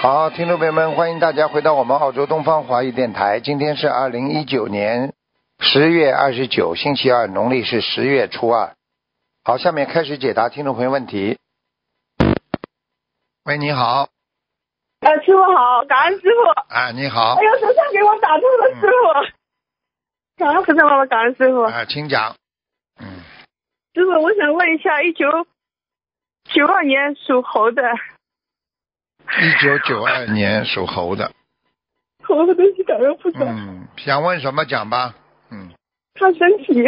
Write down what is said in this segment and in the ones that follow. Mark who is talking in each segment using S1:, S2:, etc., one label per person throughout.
S1: 好，听众朋友们，欢迎大家回到我们澳洲东方华语电台。今天是二零一九年十月二十九，星期二，农历是十月初二。好，下面开始解答听众朋友问题。喂，你好，
S2: 呃，师傅好，感恩师傅。
S1: 啊，你好嗯
S2: 哎，呦，总算给我打通了，师傅。感恩菩萨妈妈，感恩师傅。
S1: 啊，请讲。嗯，
S2: 师傅，我想问一下，一九九二年属猴的，
S1: 一九九二年属猴的，
S2: 猴的东西感恩菩萨，
S1: 嗯，想问什么讲吧。嗯，
S2: 看身体，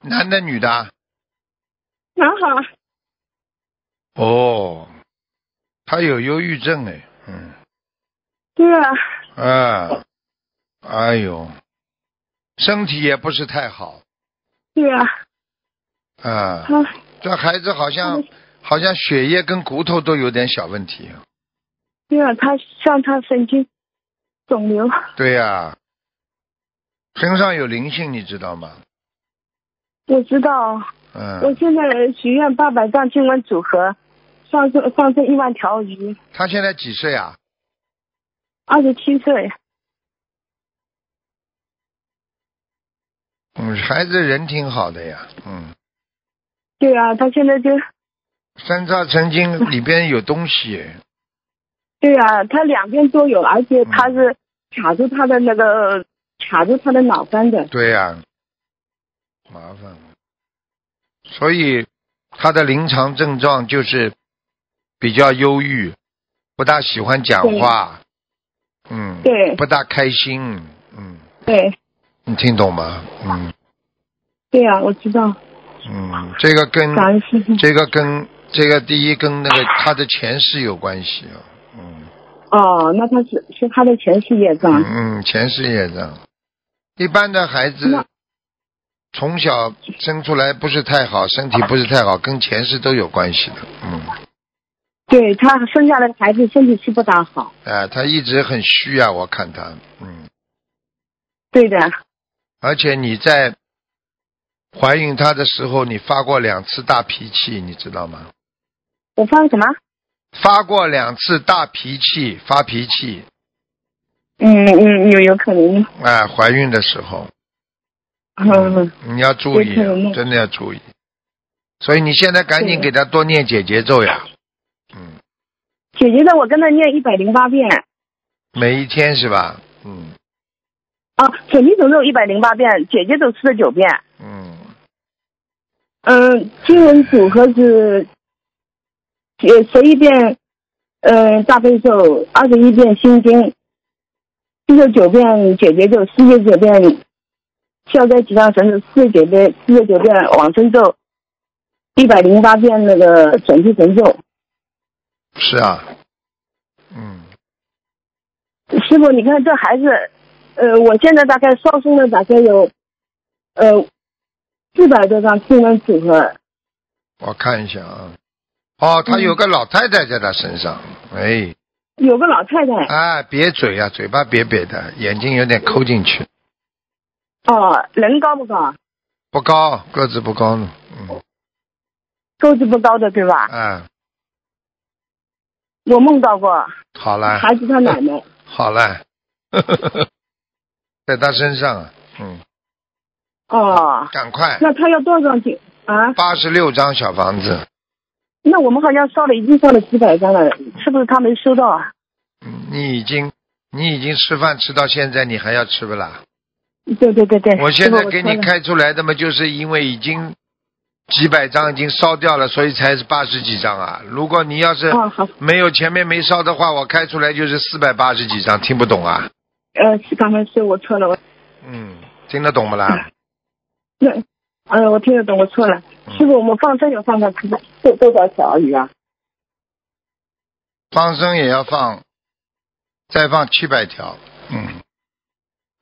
S1: 男的女的啊？
S2: 男孩，
S1: 哦，他有忧郁症哎，嗯。
S2: 对啊，
S1: 啊，哎呦，身体也不是太好
S2: 对啊，
S1: 啊。
S2: 啊，
S1: 这孩子好像好像血液跟骨头都有点小问题。啊
S2: 对啊，他像他神经肿瘤，
S1: 对呀、身上有灵性，你知道吗？
S2: 我知道，我
S1: 嗯，
S2: 现在许愿八百张经文组合，上升上升一万条鱼，
S1: 他现在几岁啊？
S2: 二十七岁，
S1: 嗯，孩子人挺好的呀，嗯，
S2: 对啊，他现在就。
S1: 三叉神经里边有东西，
S2: 对呀、他两边都有，而且他是卡住他的那个卡住他的脑干的。
S1: 对呀、麻烦了。所以他的临床症状就是比较忧郁，不大喜欢讲话，嗯，
S2: 对
S1: 不大开心，嗯，
S2: 对
S1: 你听懂吗？嗯
S2: 对呀、我知道，
S1: 嗯，这个跟
S2: 感恩师傅。
S1: 这个跟这个第一跟那个他的前世有关系啊，嗯
S2: 哦，那他是是他的前世业障。
S1: 嗯，前世也这样。一般的孩子
S2: 那
S1: 从小生出来不是太好，身体不是太好，跟前世都有关系的，嗯。
S2: 对他生下来的孩子身体是不大好。
S1: 啊，他一直很虚啊，我看他，嗯，
S2: 对的，
S1: 而且你在怀孕他的时候，你发过两次大脾气，你知道吗？
S2: 我发什么？
S1: 发过两次大脾气，发脾气
S2: 嗯嗯，有有可能。
S1: 啊，怀孕的时候，
S2: 嗯，
S1: 你要注意
S2: 有可嗯能
S1: 啊，
S2: 的
S1: 真的要注意。所以你现在赶紧给
S2: 对
S1: 他多念解结咒呀，嗯，
S2: 姐姐的我跟他念一百零八遍。
S1: 每一天是吧？嗯
S2: 啊，姐姐总共一百零八遍，姐姐总吃了九遍。
S1: 嗯，
S2: 嗯，经文组合是，呃，十一遍，呃，大悲咒，二十一遍心经，四十九遍解结咒，四十九遍消灾吉祥神咒，四十九遍四十九遍往生咒，一百零八遍那个准提神咒。
S1: 是啊，嗯，
S2: 师傅，你看这孩子，呃，我现在大概烧送了大概有，呃，四百多张经文组合。
S1: 我看一下啊，哦，他有个老太太在他身上，哎。
S2: 有个老太太，
S1: 啊，瘪嘴呀、嘴巴瘪瘪的，眼睛有点抠进去，
S2: 哦，人高不高？
S1: 不高，个子不高呢。嗯，
S2: 个子不高的，对吧？
S1: 啊，
S2: 我梦到过
S1: 好了，
S2: 孩子他奶奶，
S1: 好了， 在他身上啊，嗯，
S2: 哦，
S1: 赶快，
S2: 那他要多少斤啊？
S1: 八十六张小房子，
S2: 那我们好像烧了，已经烧了几百张了，是不是他没收到啊？
S1: 嗯你已经，你已经吃饭吃到现在，你还要吃不啦？
S2: 对对对哦对，
S1: 我现在
S2: 师傅
S1: 给
S2: 错
S1: 你
S2: 了
S1: 开出来的嘛，就是因为已经几百张已经烧掉了，所以才是八十几张啊。如果你要是
S2: 哦，好，
S1: 没有前面没烧的话，我开出来就是四百八十几张，听不懂啊？
S2: 呃，是刚才是我错了，我
S1: 嗯，听得懂不
S2: 嗯
S1: 啦？
S2: 那，呃，我听得懂，我错了，
S1: 嗯
S2: 师傅，我们放生有放上多多少条鱼啊？
S1: 放生也要放，再放七百条。嗯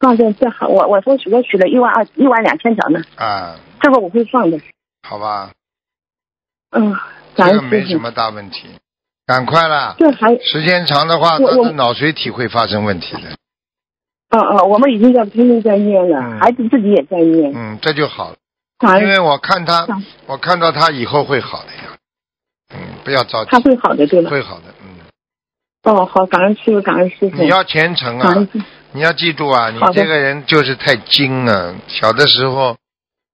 S2: 放生这好，我我说我取了一万二一万两千条呢，
S1: 啊，
S2: 这个我会放的，
S1: 好吧，
S2: 嗯，
S1: 这
S2: 感
S1: 个
S2: 恩
S1: 没
S2: 师
S1: 什
S2: 傅，
S1: 么大问题，赶快啦！
S2: 这还，
S1: 时间长的话，
S2: 我
S1: 他
S2: 我
S1: 的脑髓体会发生问题的。
S2: 嗯嗯，我们已经在拼命在念了，
S1: 嗯
S2: 孩子自己也在念，
S1: 嗯，这就好了，
S2: 感
S1: 因
S2: 恩
S1: 为我看他
S2: 嗯，
S1: 我看到他以后会好的呀。嗯，不要着急
S2: 他，会好的，对吧？
S1: 会好的。嗯，
S2: 哦，好，感恩师傅，感恩师傅。
S1: 你要虔诚
S2: 感
S1: 啊
S2: 恩，师父
S1: 你要记住啊，你
S2: 好的
S1: 这个人就是太精了。小的时候，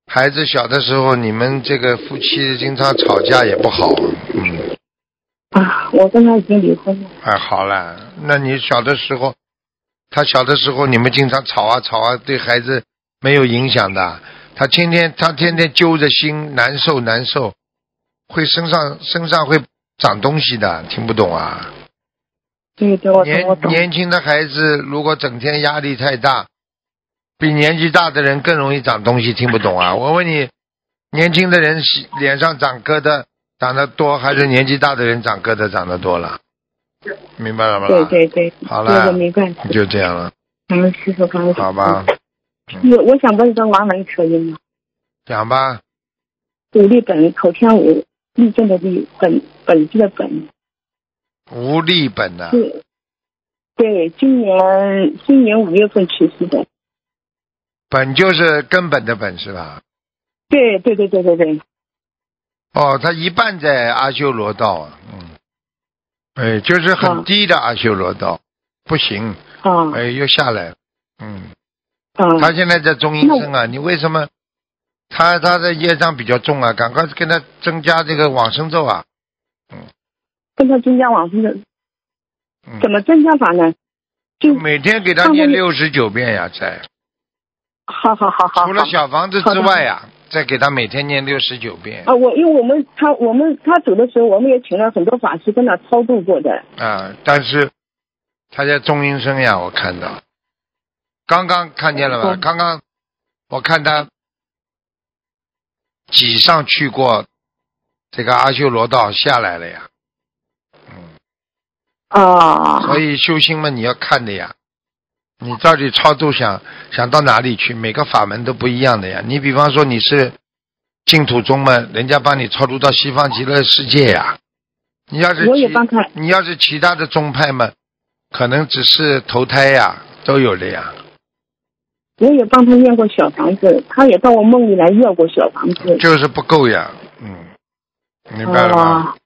S1: 孩子小的时候，你们这个夫妻经常吵架也不好。嗯，
S2: 啊，我跟他已经离婚了。
S1: 哎，好了，那你小的时候，他小的时候你们经常吵啊吵啊，对孩子没有影响的。他天天他天天揪着心难受难受，会身上身上会长东西的，听不懂啊？
S2: 对对，我懂，我
S1: 年
S2: 懂。
S1: 年轻的孩子如果整天压力太大，比年纪大的人更容易长东西，听不懂 啊？我问你，年轻的人喜脸上长疙瘩长得多，还是年纪大的人长疙瘩长得多了？明白了吗？
S2: 对对对，
S1: 好
S2: 对
S1: 了
S2: 我，明白。
S1: 就这样了，
S2: 感恩师傅，感恩师傅。
S1: 好吧，
S2: 我我想问一个王文可以吗？
S1: 讲吧。
S2: 武力本，口天武，立正的立，本本质的本。
S1: 无力本啊呐、
S2: 对，对，今年今年五月份去世的。
S1: 本就是根本的本是吧？
S2: 对对对对对对，
S1: 哦，他一半在阿修罗道啊，嗯，哎，就是很
S2: 啊
S1: 低的阿修罗道，不行，
S2: 啊
S1: 哎，又下来了，嗯。
S2: 啊
S1: 他现在在中阴身啊，你为什么？他他的业障比较重啊，赶快跟他增加这个往生咒啊。
S2: 跟他增加往生的
S1: 嗯，
S2: 怎么增加法呢？就
S1: 每天给他
S2: 上
S1: 念
S2: 面
S1: 六十九遍呀、在
S2: 好好好好
S1: 除了
S2: 好。
S1: 小房子
S2: 好
S1: 之
S2: 的
S1: 外呀、再给他每天念六十九遍
S2: 啊，我因为我们他我们他走的时候，我们也请了很多法师跟他超度过的。
S1: 啊。但是他在中阴身呀，我看到，刚刚看见了吧？
S2: 嗯
S1: 刚刚我看他挤上去过这个阿修罗道下来了呀。
S2: 啊，
S1: 所以修心嘛，你要看的呀，你到底超度想想到哪里去？每个法门都不一样的呀。你比方说你是净土宗嘛，人家帮你超度到西方极乐世界呀。你要是
S2: 我也
S1: 其
S2: 帮他
S1: 你要是其他的宗派嘛，可能只是投胎呀，都有的呀。
S2: 我也帮他念过小房子，他也到我梦里来要过小房子。
S1: 就是不够呀，嗯，明白了吗？
S2: 啊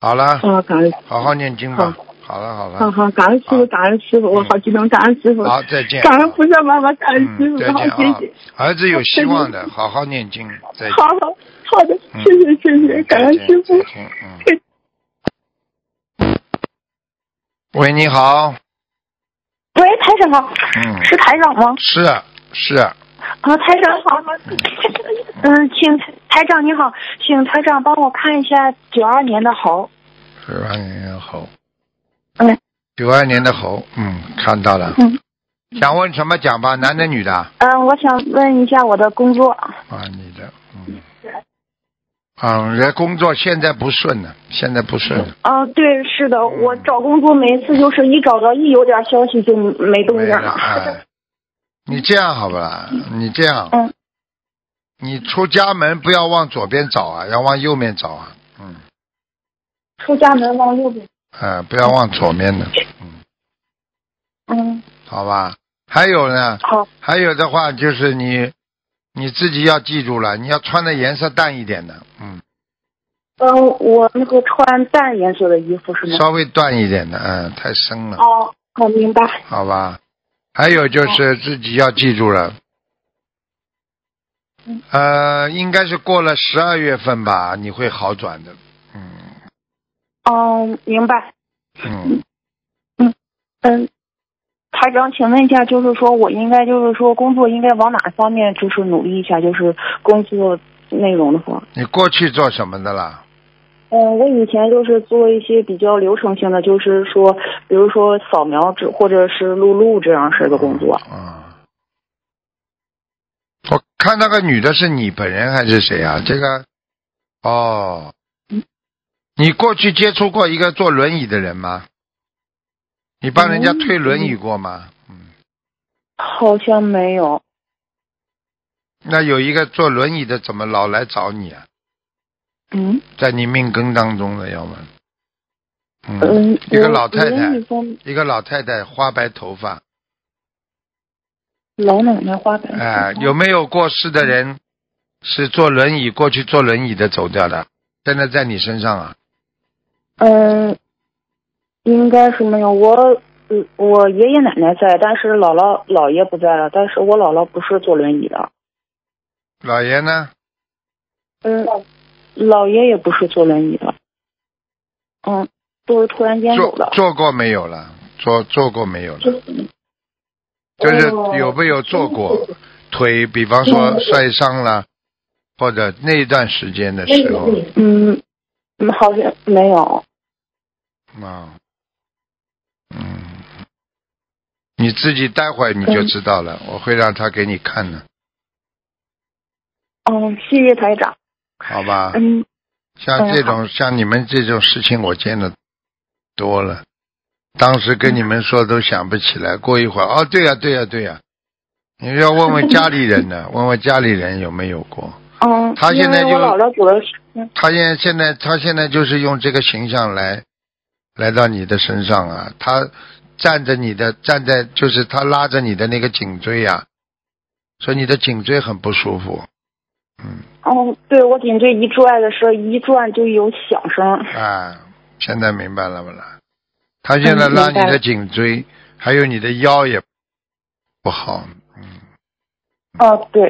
S1: 好了，
S2: 啊，感恩，
S1: 好好念经吧。好了好
S2: 好
S1: 了，
S2: 好感恩师
S1: 好嗯
S2: 傅，感恩师傅，我好激动，感恩师傅，
S1: 好再见。
S2: 感恩菩萨妈妈，感恩师
S1: 嗯，再
S2: 傅，好
S1: 见
S2: 谢
S1: 啊
S2: 谢，！
S1: 儿子有希望的，好好念经。再见。嗯
S2: 好好好的，谢谢谢谢，感恩师傅
S1: 再。见再见嗯喂，你好。
S3: 喂，台长好，
S1: 嗯，
S3: 是台长吗？
S1: 是是，
S3: 啊，台长好。嗯，请台长你好，请台长帮我看一下九二年的猴。
S1: 九二年的猴。
S3: 嗯。
S1: 九二年的猴，嗯，看到了。
S3: 嗯。
S1: 想问什么讲吧？男的女的？啊，
S3: 嗯，我想问一下我的工作。
S1: 女的，嗯。啊，人家工作现在不顺呢，现在不顺了，
S3: 嗯，对，是的，我找工作每次就是一找着一有点消息就没动
S1: 没
S3: 静
S1: 了。哎，你这样好不啦？你这样，
S3: 嗯
S1: 你出家门不要往左边找啊，要往右面找啊，嗯。
S3: 出家门往右边。
S1: 呃，不要往左面的，嗯，
S3: 嗯，
S1: 好吧。还有呢，
S3: 好。
S1: 还有的话就是你你自己要记住了，你要穿的颜色淡一点的，嗯，
S3: 嗯，我那个穿淡颜色的衣服
S2: 嗯
S3: 是吗？
S1: 稍微淡一点的，嗯、太深了，
S3: 哦，我明白。
S1: 好吧。还有就是自己要记住了，
S3: 嗯
S1: 呃，应该是过了十二月份吧，你会好转的，嗯
S3: 嗯，明白。
S1: 嗯。
S3: 嗯，台长，请问一下，就是说我应该就是说工作应该往哪方面就是努力一下，就是工作内容的话。
S1: 你过去做什么的啦？
S3: 嗯，我以前就是做一些比较流程性的，就是说，比如说扫描这或者是录录这样式的工作。
S1: 啊、我看那个女的是你本人还是谁啊？这个，哦，
S3: 嗯
S1: 你过去接触过一个坐轮椅的人吗？你帮人家
S3: 嗯
S1: 推轮椅过吗？嗯，
S3: 好像没有。
S1: 那有一个坐轮椅的怎么老来找你啊？
S3: 嗯
S1: 在你命根当中的，要么，嗯，
S3: 嗯，
S1: 一个
S3: 我
S1: 老太太
S3: 人一方
S1: 一个老太太，花白头发，
S3: 老奶奶花白。
S1: 哎、有没有过世的人是坐轮椅过去坐轮椅的走掉的？现在在你身上啊？
S3: 嗯，
S2: 应该是没有我。嗯，我爷爷奶奶在，但是姥姥姥爷不在了。但是我姥姥不是坐轮椅的。
S1: 老爷呢？
S2: 嗯，姥爷也不是坐轮椅的。嗯，都是突然间有
S1: 做
S2: 的。
S1: 做过没有了？做做过没有了？
S2: 就是
S1: 就是
S2: 哦
S1: 有没有做过
S2: 嗯
S1: 腿，比方说摔伤了，或者那一段时间的时候
S2: 嗯，嗯好像没有。
S1: 啊，嗯，你自己待会儿你就知道了，我会让他给你看的，
S2: 嗯，谢谢台长。
S1: 好吧？
S2: 嗯
S1: 像这
S2: 嗯
S1: 种像你们这种事情，我见的多了。当时跟你们说都想不起
S2: 嗯
S1: 来，过一会儿哦，对呀、对呀、对呀、你要问问家里人 呢，问问家里人有没有过。
S2: 嗯，
S1: 他现在就
S2: 因为我姥姥主要是嗯
S1: 他现在现在他现在就是用这个形象来来到你的身上啊，他站着你的站在就是他拉着你的那个颈椎呀、所以你的颈椎很不舒服。嗯
S2: 哦，对我颈椎一拽的时候，一转就有响声。
S1: 啊，现在明白了不啦？他现在
S2: 嗯
S1: 拉
S2: 明
S1: 你
S2: 白
S1: 的
S2: 了
S1: 颈椎，还有你的腰也不好
S2: 哦，对，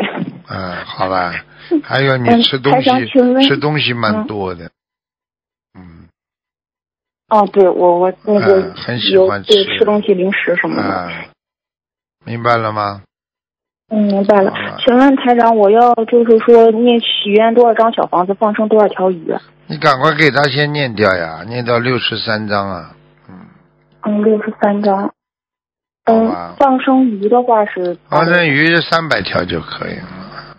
S1: 啊，好啦，还有你
S2: 嗯
S1: 吃东
S2: 台
S1: 西
S2: 长请问
S1: 吃东西蛮
S2: 嗯
S1: 多的，嗯
S2: 哦，对我我那个
S1: 嗯很喜
S2: 有
S1: 欢
S2: 对
S1: 吃
S2: 吃东西、零食什么的。
S1: 啊，明白了吗？
S2: 嗯，明白了
S1: 好了。
S2: 请问台长，我要就是说念许愿多少张小房子，放生多少条鱼？
S1: 你赶快给他先念掉呀，念到六十三章啊，
S2: 嗯，六十三张。
S1: 好吧
S2: 嗯，放生鱼的话是
S1: 黄生鱼三百条就可以了。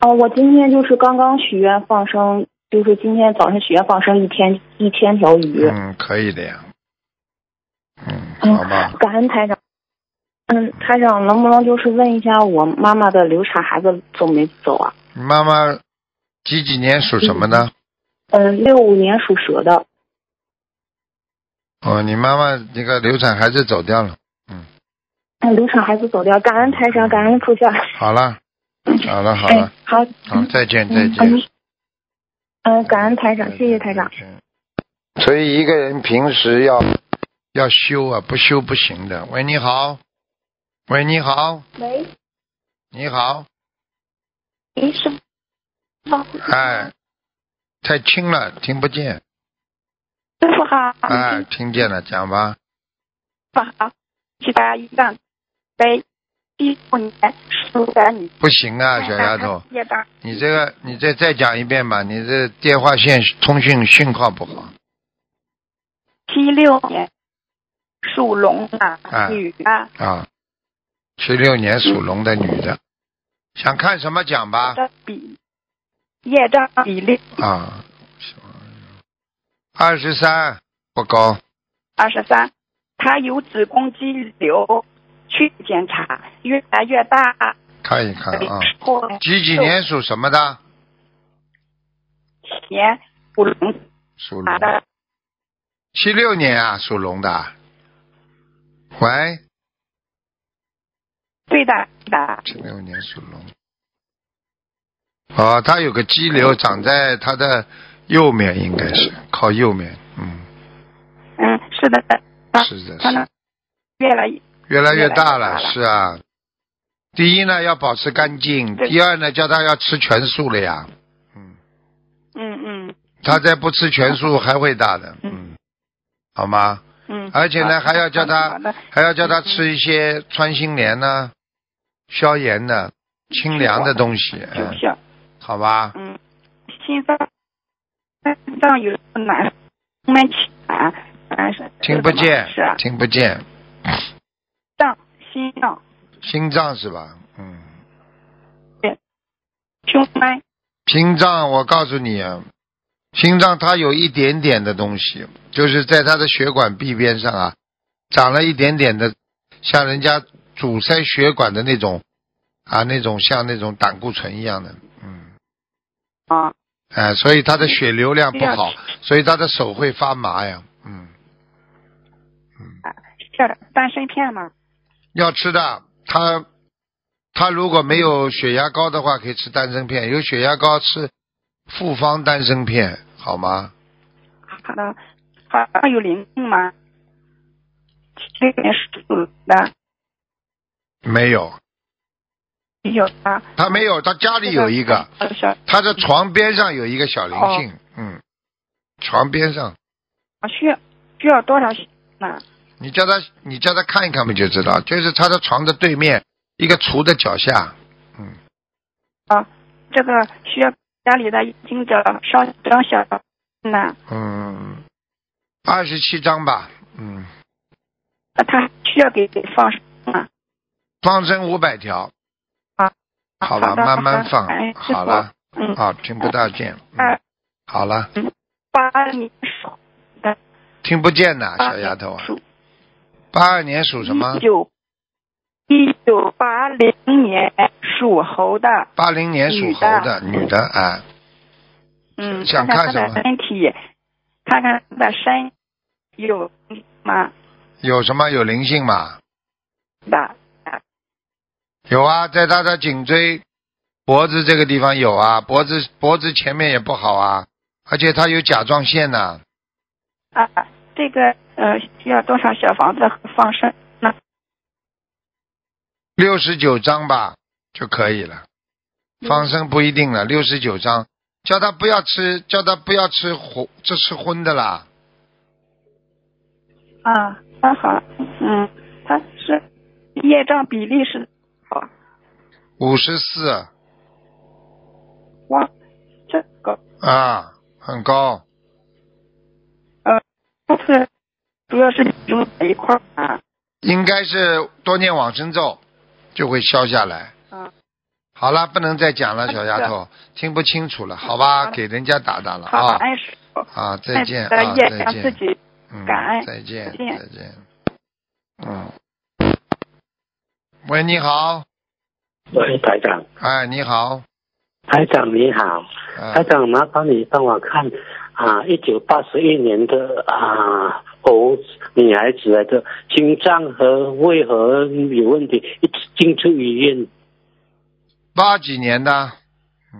S2: 哦，我今天就是刚刚许愿放生，就是今天早上许愿放生一天一千条鱼。
S1: 嗯，可以的呀。嗯，
S2: 嗯
S1: 好吧，
S2: 感恩台长。嗯，台长能不能就是问一下我妈妈的流产孩子走没走啊？
S1: 你妈妈几几年属什么的？
S2: 嗯，六五年属蛇的。
S1: 哦，你妈妈那个流产孩子走掉了。
S2: 嗯，流产孩子走掉，感恩台长，感恩菩萨。
S1: 嗯好了，好了，好
S2: 哎
S1: 了，，
S2: 好，
S1: 好，再见，再
S2: 嗯
S1: 见。
S2: 嗯，
S4: 呃
S2: 嗯，感恩台长，谢谢台长。
S1: 所以一个人平时要要修啊，不修不行的。喂，你好，喂，你好，
S4: 喂，
S1: 你好，
S4: 您是吗？
S1: 哎，太轻了，听不见。
S4: 师傅好，
S2: 嗯
S1: 哎，听见了，讲吧。
S4: 师傅好，去大医院。喂，一五年属狗的女
S1: 不行
S2: 哎
S1: 啊，小丫头，
S4: 夜班。
S1: 你这个你再再讲一遍吧，你这电话线通讯信号不好。
S4: 七六年属龙的、
S1: 哎
S4: 女的。
S1: 啊，七六年属龙的女的，想看什么讲吧？
S4: 的比业障比例
S1: 啊，二十三不高，
S4: 二十三，她有子宫肌瘤，去检查越来越大，
S1: 看一看啊。
S4: 后
S1: 几几年属什么的？
S4: 年属龙啊
S1: 属龙。
S4: 的，
S1: 七六年啊，属龙的。喂，
S4: 对的对的，
S1: 七六年属龙。哦，他有个肌瘤长在他的右面，应该是靠右面。嗯，
S4: 嗯，是的，
S1: 是的，
S4: 她啊呢
S1: 是
S4: 越来越
S1: 越来
S4: 越来越
S1: 越大
S4: 大
S1: 了，
S4: 了
S1: 是啊。第一呢，要保持干净；
S4: 对
S1: 第二呢，叫他要吃全素了呀。嗯，
S4: 嗯嗯
S1: 他再不吃全素还会大的。嗯，好吗？
S4: 嗯，
S1: 而且呢，
S4: 好
S1: 还要叫他
S4: 好的
S1: 还要叫他吃一些穿心莲呢、消炎的、清凉的东西，
S4: 就
S1: 嗯，
S4: 是
S1: 好吧？
S4: 嗯，心脏心脏有难，没起来，嗯是
S1: 听不见
S4: 是啊，
S1: 听不见，
S4: 脏心脏
S1: 心脏是吧？嗯，
S4: 胸闷，
S1: 心脏，我告诉你啊，心脏它有一点点的东西，就是在它的血管壁边上啊，长了一点点的，像人家阻塞血管的那种啊，那种像那种胆固醇一样的，嗯。
S4: 啊，
S1: 哎，所以他的血流量不好
S4: 对，
S1: 所以他的手会发麻呀。嗯，
S4: 是的，丹参片嘛，
S1: 要吃的，他他如果没有血压高的话，可以吃丹参片；有血压高吃复方丹参片，好吗？
S4: 好的，
S2: 好像有灵性吗？这个人是属龙的，
S1: 没有，
S2: 有啊。
S1: 他没有，他家里有一个，
S2: 呃小
S1: 他的床边上有一个小灵性，嗯，床边上，
S2: 需要需要多少小呢？
S1: 你叫他你叫他看一看不就知道，就是他的床的对面一个厨的脚下，嗯，
S2: 啊，这个需要家里的经者烧张小呢？
S1: 嗯，二十七张吧，嗯，
S2: 那他需要给给放生吗？
S1: 放生五百条，啊好哎吧，
S2: 的
S1: 慢慢放
S2: 感恩，师傅
S1: 好了，
S2: 嗯，
S1: 啊，听不大见，嗯
S2: 二，
S1: 好了，
S2: 八年属
S1: 听不见呐，
S2: 八
S1: 小丫头啊，
S2: 属
S1: 八二年属什么
S2: 一？九一九八零年属猴的，
S1: 八零年属猴的女的，哎，
S2: 嗯，
S1: 想看
S2: 看
S1: 什
S2: 他
S1: 么
S2: 的身体，看看他的身有吗？
S1: 有什么有灵性吗？
S2: 的，啊
S1: 有啊，在她的颈椎、脖子这个地方有啊，脖子脖子前面也不好啊，而且她有甲状腺呐、
S2: 啊，这个呃需要多少小房子放生？
S1: 六十九张吧就可以了。放生不一定了，六十九张，叫她不要吃，叫她不要吃活，这吃荤的啦。
S2: 啊，那好，嗯，他是业障比例是好，
S1: 五十四
S2: 哇，这个
S1: 啊，很高，
S2: 不是主要是集中在一块儿啊，
S1: 应该是多念往生咒就会消下来。
S2: 嗯，
S1: 好了，不能再讲了，小丫头，听不清楚了，好吧，
S2: 啊好的
S1: 给人家打打了
S2: 好，哎
S1: 啊
S2: 安师傅，
S1: 啊，再见
S2: 那
S1: 啊，
S2: 你的业
S1: 再
S2: 障自
S1: 见，
S2: 己
S1: 嗯，
S2: 感恩
S1: 再见，
S2: 再见
S1: 再见，嗯。喂，你好，
S5: 喂，台长，
S1: 哎，你好，
S5: 台长你好，
S1: 啊
S2: 呃
S5: 台，长麻烦你帮我看啊，一九八十一年的啊猴女孩子来的心脏和胃和有问题，一直进出医院，
S1: 嗯八几年的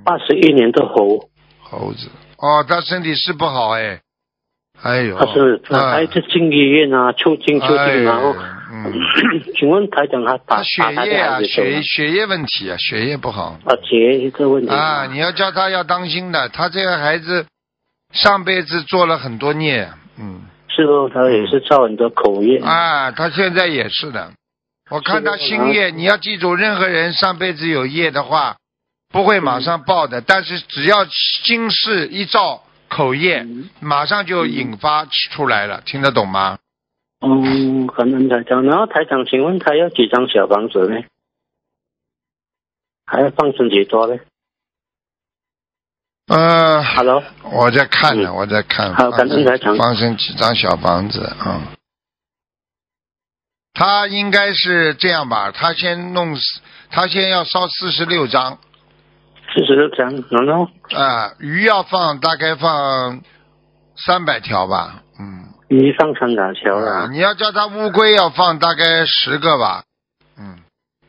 S5: 八十一年的猴，
S1: 猴子，哦，他身体是不好哎，哎呦，
S5: 她是
S1: 啊
S5: 她一直进医院啊，出进出
S1: 哎
S5: 进，然后，
S1: 嗯。
S5: 请问台长她
S1: 他
S5: 打打
S1: 血
S5: 她
S1: 液
S5: 的
S1: 啊，
S5: 孩子走
S1: 血
S5: 了
S1: 血液问题啊，血液不好
S5: 啊，结一个问题
S1: 啊，你要叫他要当心的，他这个孩子上辈子做了很多孽，嗯，
S5: 是不？她也是造很多口业，
S1: 啊，他现在也是的，我看他
S5: 嗯是
S1: 新
S5: 的
S1: 业，你要记住，任何人上辈子有业的话，不会马上报
S5: 嗯
S1: 的，但是只要今世一造口业，
S5: 嗯
S1: 马上就引发出来了，听得懂吗？
S5: 嗯，感恩台长。然后台长，请问他要几张小房子呢？还要放生几多呢
S1: 呃，
S5: ？Hello，
S1: 我在看呢，
S5: 嗯
S1: 我在看。
S5: 好感恩台长
S1: 放生几张小房子啊、嗯他应该是这样吧，他先弄死，他先要烧四十六张
S5: 四十六张，然后
S1: 啊，鱼要放大概放三百条吧，嗯。
S5: 鱼放三百条
S1: 啊
S5: 啦，
S1: 你要叫他乌龟要放大概十个吧，嗯，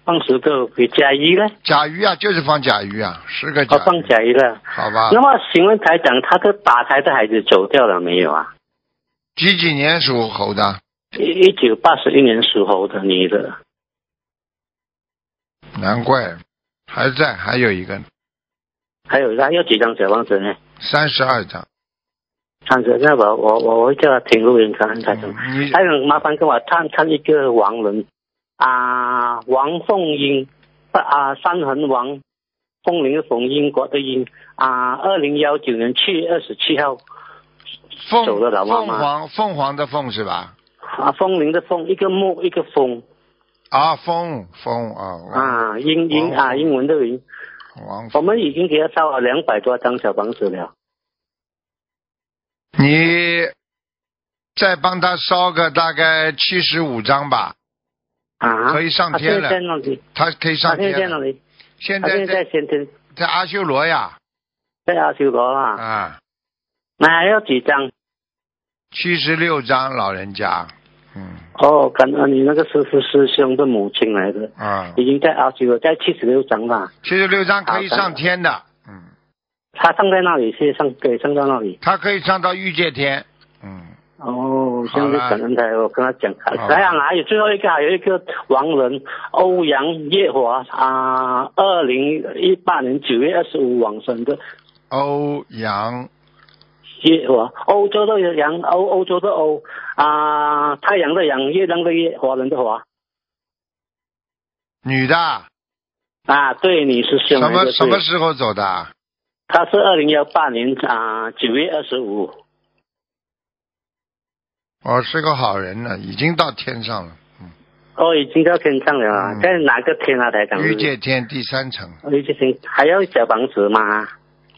S5: 放十个给甲鱼呢？
S1: 甲鱼啊，就是放甲鱼啊，十个甲
S5: 哦
S1: 鱼，，
S5: 放甲鱼了。
S1: 好吧
S5: 那。么，请问台长，他的打胎的孩子走掉了没有啊？
S1: 几几年属猴的？
S5: 一九八十一年属猴的女的，
S1: 难怪还在，还有一个
S5: 还有他要几张小房子呢？
S1: 三十二张。
S5: 这样子，那我我我会叫他停录音，感恩台长。
S1: 嗯你
S5: 还有麻烦跟我看看一个王人啊，王凤英啊，三横王，凤梨的凤，英国的英啊，二零幺九年七月二十七号
S1: 凤
S5: 走了老妈
S1: 凤
S5: 妈
S1: 凰凤凰的凤是吧？
S5: 啊，风铃的风，一个木一个风
S1: 啊，凤凤啊，王
S5: 啊，英英
S1: 哦
S5: 啊，英文的英，
S1: 王
S5: 我
S1: 凤。
S5: 们已经给他烧了两百多张小房子了，
S1: 你再帮他烧个大概七十五张吧，
S5: 啊，
S1: 可以上
S5: 他
S1: 天
S5: 现
S1: 了
S5: 在在哪里？
S1: 他可以上
S5: 他现在在
S1: 天
S5: 哪
S1: 了。
S5: 里？
S1: 现
S5: 他
S1: 在
S5: 现在
S1: 在
S5: 在先天
S1: 在阿修罗呀，
S5: 在阿修罗啊，
S1: 啊，
S5: 那还要几张？
S1: 七十六张老人家，嗯
S5: 哦，感恩你那个师傅师兄的母亲来的。
S1: 啊，
S5: 已经在阿修了，在七十六章吧。
S1: 七十六张可以
S5: 好
S1: 上天的，嗯，
S5: 他上在那里，是上给上到那里
S1: 他可以上到欲界天，嗯，
S5: 哦，现在可能才我跟他讲，
S1: 好
S5: 还有哪啊有最后一个还有一个王人欧阳夜华啊，二零一八年九月二十五往生的
S1: 欧阳
S5: 夜华，欧洲的阳欧欧洲的欧啊，太阳的阳，月亮的月，华人的华
S1: 女的，
S5: 啊，对，你是
S1: 什
S5: 兄
S1: 么
S5: 弟，
S1: 什么时候走的？啊
S5: 他是二零幺八年啊九月二十五，
S1: 哦，是个好人呢，已经到天上了，
S5: 哦，已经到天上了啊，
S1: 嗯
S5: 在哪个天啊，台长？
S1: 欲界天第三层，
S5: 哦，遇见天还要小房子吗？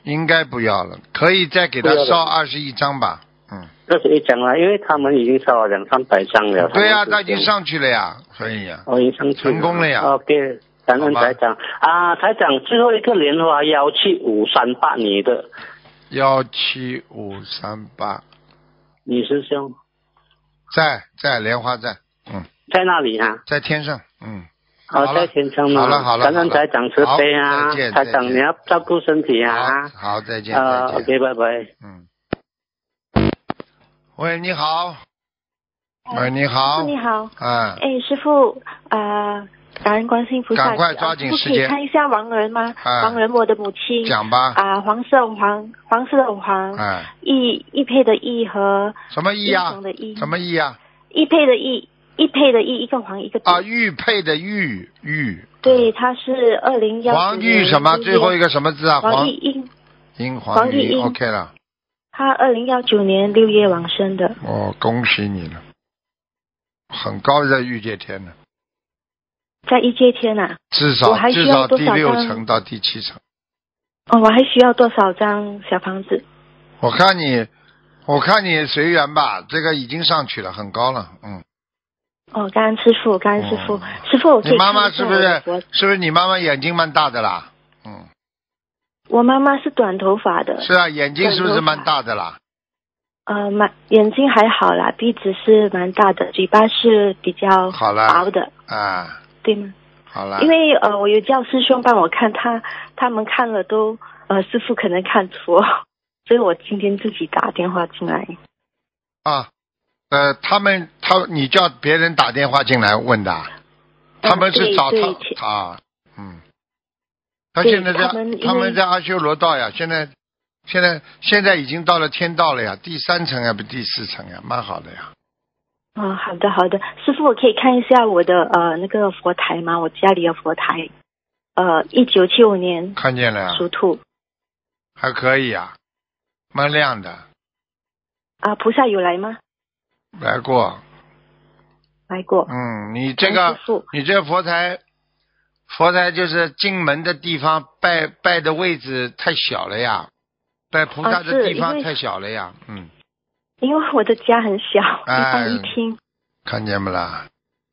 S1: 应该不要了，可以再给
S5: 不要
S1: 他
S5: 了
S1: 烧二十一张吧。嗯，
S5: 二十一张了，因为他们已经烧了两三百张了。
S1: 对呀、
S5: 呀、
S1: 他已经，上去了呀，所以呀、
S5: 哦，已经上去
S1: 成功了呀
S5: OK，感哦恩
S1: 好吧
S5: 台长啊，台长最后一个莲花幺七五三八你的
S1: 幺七五三八
S5: 女师兄
S1: 在在莲花在，嗯，
S5: 在那里啊？
S1: 在天上，嗯，好
S5: 哦，
S1: 了
S5: 在天上吗？
S1: 好了好了
S5: 感恩
S1: 好了
S5: 台长慈悲啊
S1: 好再见，
S5: 台
S1: 再
S5: 长
S1: 见
S5: 你要照顾身体
S1: 好
S5: 啊。，
S1: 好，再见，
S5: 呃
S1: 再见，
S5: ，OK，拜拜。
S1: 嗯。喂，你好。喂，你好。
S6: 哎你好，
S1: 啊，
S6: 哎，师傅，呃，感恩观世音菩萨，
S1: 赶快抓紧
S6: 呃
S1: 时间
S6: 师父可以看一下王仁吗？
S1: 啊
S6: 王仁，我的母亲，
S1: 讲吧。
S6: 啊、黄色黄，黄色的黄，
S1: 哎，
S6: 易易配的易和
S1: 什么意
S6: 英
S1: 啊
S6: 雄？的易，
S1: 什么意啊？
S6: 易配的易，易配的易，一个黄一个
S1: 啊，
S6: 字
S1: 玉佩的玉玉。
S6: 对，他是二零幺
S1: 黄玉什么？最后一
S6: 个
S1: 个什么字啊？
S6: 黄
S1: 黄
S6: 玉英，
S1: 英
S6: 黄
S1: 黄
S6: 玉
S1: 玉
S6: 英
S1: ，OK 了。
S6: 他二零幺九年六月往生的，
S1: 哦，恭喜你了，很高的御界天了，
S6: 在一阶天啊，
S1: 至
S6: 我
S1: 少
S6: 还需
S1: 至
S6: 要
S1: 少
S6: 多
S1: 第
S6: 少
S1: 六
S6: 张
S1: 层到第七层。
S6: 哦，我还需要多少张小房子？
S1: 我看你，我看你随缘吧，这个已经上去了，很高了，嗯。
S6: 哦，感恩师傅，感恩师傅，
S1: 哦
S6: 师傅，我可
S1: 你
S6: 以
S1: 妈
S6: 看
S1: 妈
S6: 一
S1: 是不
S6: 下我的
S1: 是
S6: 佛
S1: 是不是你妈妈眼睛蛮大的啦？嗯，
S6: 我妈妈是短头发的，
S1: 是啊，眼睛是不是
S6: 短头发
S1: 蛮大的啦？
S6: 呃，蛮眼睛还好啦，鼻子是蛮大的，嘴巴是比较
S1: 好啦
S6: 薄的，
S1: 啊，
S6: 对吗？
S1: 好啦。
S6: 因为呃，我有叫师兄帮我看他，他们看了都呃，师傅可能看错， 所以我今天自己打电话进来。
S1: 啊，呃，他们他你叫别人打电话进来问的啊，他们是
S6: 对
S1: 找
S6: 对其
S1: 他啊，嗯，他
S6: 对
S1: 现在在
S6: 他们因为
S1: 他们在阿修罗道呀，现在现在现在已经到了天道了呀，第三层呀，不第四层呀，蛮好的呀，
S6: 哦，好的好的，师傅，我可以看一下我的呃那个佛台吗？我家里的佛台，呃，一九七五年
S1: 看见了呀，
S6: 属兔
S1: 还可以呀，蛮亮的，
S6: 啊、菩萨有来吗？
S1: 来过，
S6: 来过。
S1: 嗯，你这
S6: 感恩
S1: 个
S6: 师傅
S1: 你这佛台。佛台就是进门的地方，拜拜的位置太小了呀，拜菩萨
S6: 啊是
S1: 的地
S6: 因
S1: 方
S6: 为
S1: 太小了呀，嗯。
S6: 因为我的家很小，一
S1: 哎
S6: 房一厅。
S1: 看见没啦？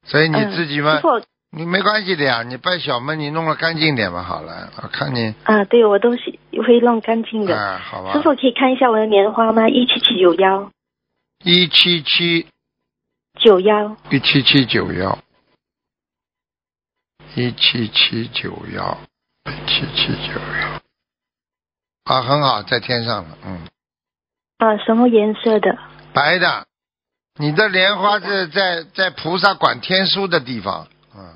S1: 所以你自己嘛
S6: 嗯、，师傅
S1: 你没关系的呀，你拜小嘛，你弄得干净点嘛，好了。我看你，
S6: 啊，对我都是会弄干净的。
S1: 哎，好吧
S6: 师。傅可以看一下我的莲花吗？一七七九幺
S1: 一七七
S6: 九幺，
S1: 一七七九幺，一七七九幺，一七七九幺。啊，很好，在天上了，嗯，
S6: 啊，什么颜色的？
S1: 白的。你的莲花是在在菩萨管天书的地方，嗯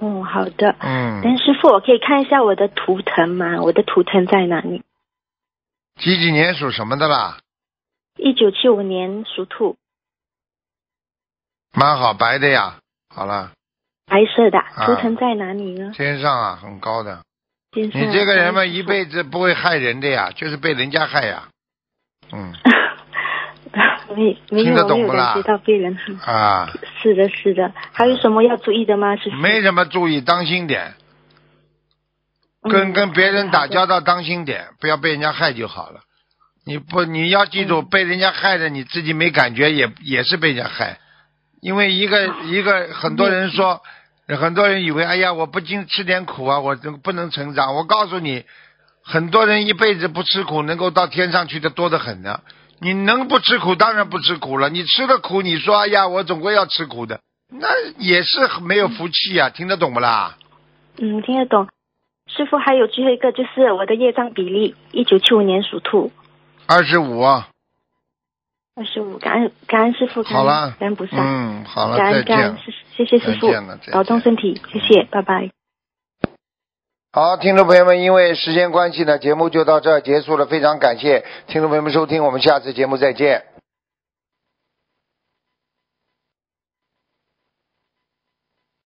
S6: 嗯，好的。
S1: 嗯
S6: 但，师傅，我可以看一下我的图腾吗？我的图腾在哪里？
S1: 几几年属什么的啦？
S6: 一九七五年属兔，
S1: 蛮好，白的呀。好了，
S6: 白色的。
S1: 啊
S6: 图腾在哪里呢？
S1: 天上啊，很高的。
S6: 你
S1: 你这个人嘛，一辈子不会害人的呀，就是被人家害呀。嗯
S6: 没没
S1: 听
S6: 有
S1: 得
S6: 我没
S1: 懂
S6: 有
S1: 不啦
S6: 感觉到被人害。
S1: 啊，
S6: 是的，是的。还有什么要注意的吗？师傅？
S1: 没什么注意，当心点，
S6: 嗯
S1: 跟跟别人打交
S6: 好
S1: 道
S6: 的
S1: 当心点，不要被人家害就好了。你不，你要记住，被人家害的你自己没感觉，也也是被人家害，因为一个一个很多人说，很多人以为，哎呀，我不经吃点苦啊，我这个不能成长。我告诉你，很多人一辈子不吃苦，能够到天上去的多得很呢、啊你能不吃苦，当然不吃苦了。你吃了苦，你说哎呀，我总归要吃苦的，那也是很没有福气呀、听得懂不啦？
S6: 嗯，听得懂。师傅还有最后一个就是我的业障比例，一九七五年属兔，
S1: 二十五，
S6: 二十五，感恩感恩师傅，感
S1: 好
S6: 恩
S1: 啦
S6: 感恩菩萨，
S1: 嗯，好了，
S6: 感
S1: 再
S6: 恩感恩
S1: 见。
S6: 师，谢谢师傅
S1: 再见了再，见嗯
S6: 保重身体，谢谢，拜拜。
S1: 好，听众朋友们，因为时间关系呢，节目就到这儿结束了。非常感谢听众朋友们收听，我们下次节目再见。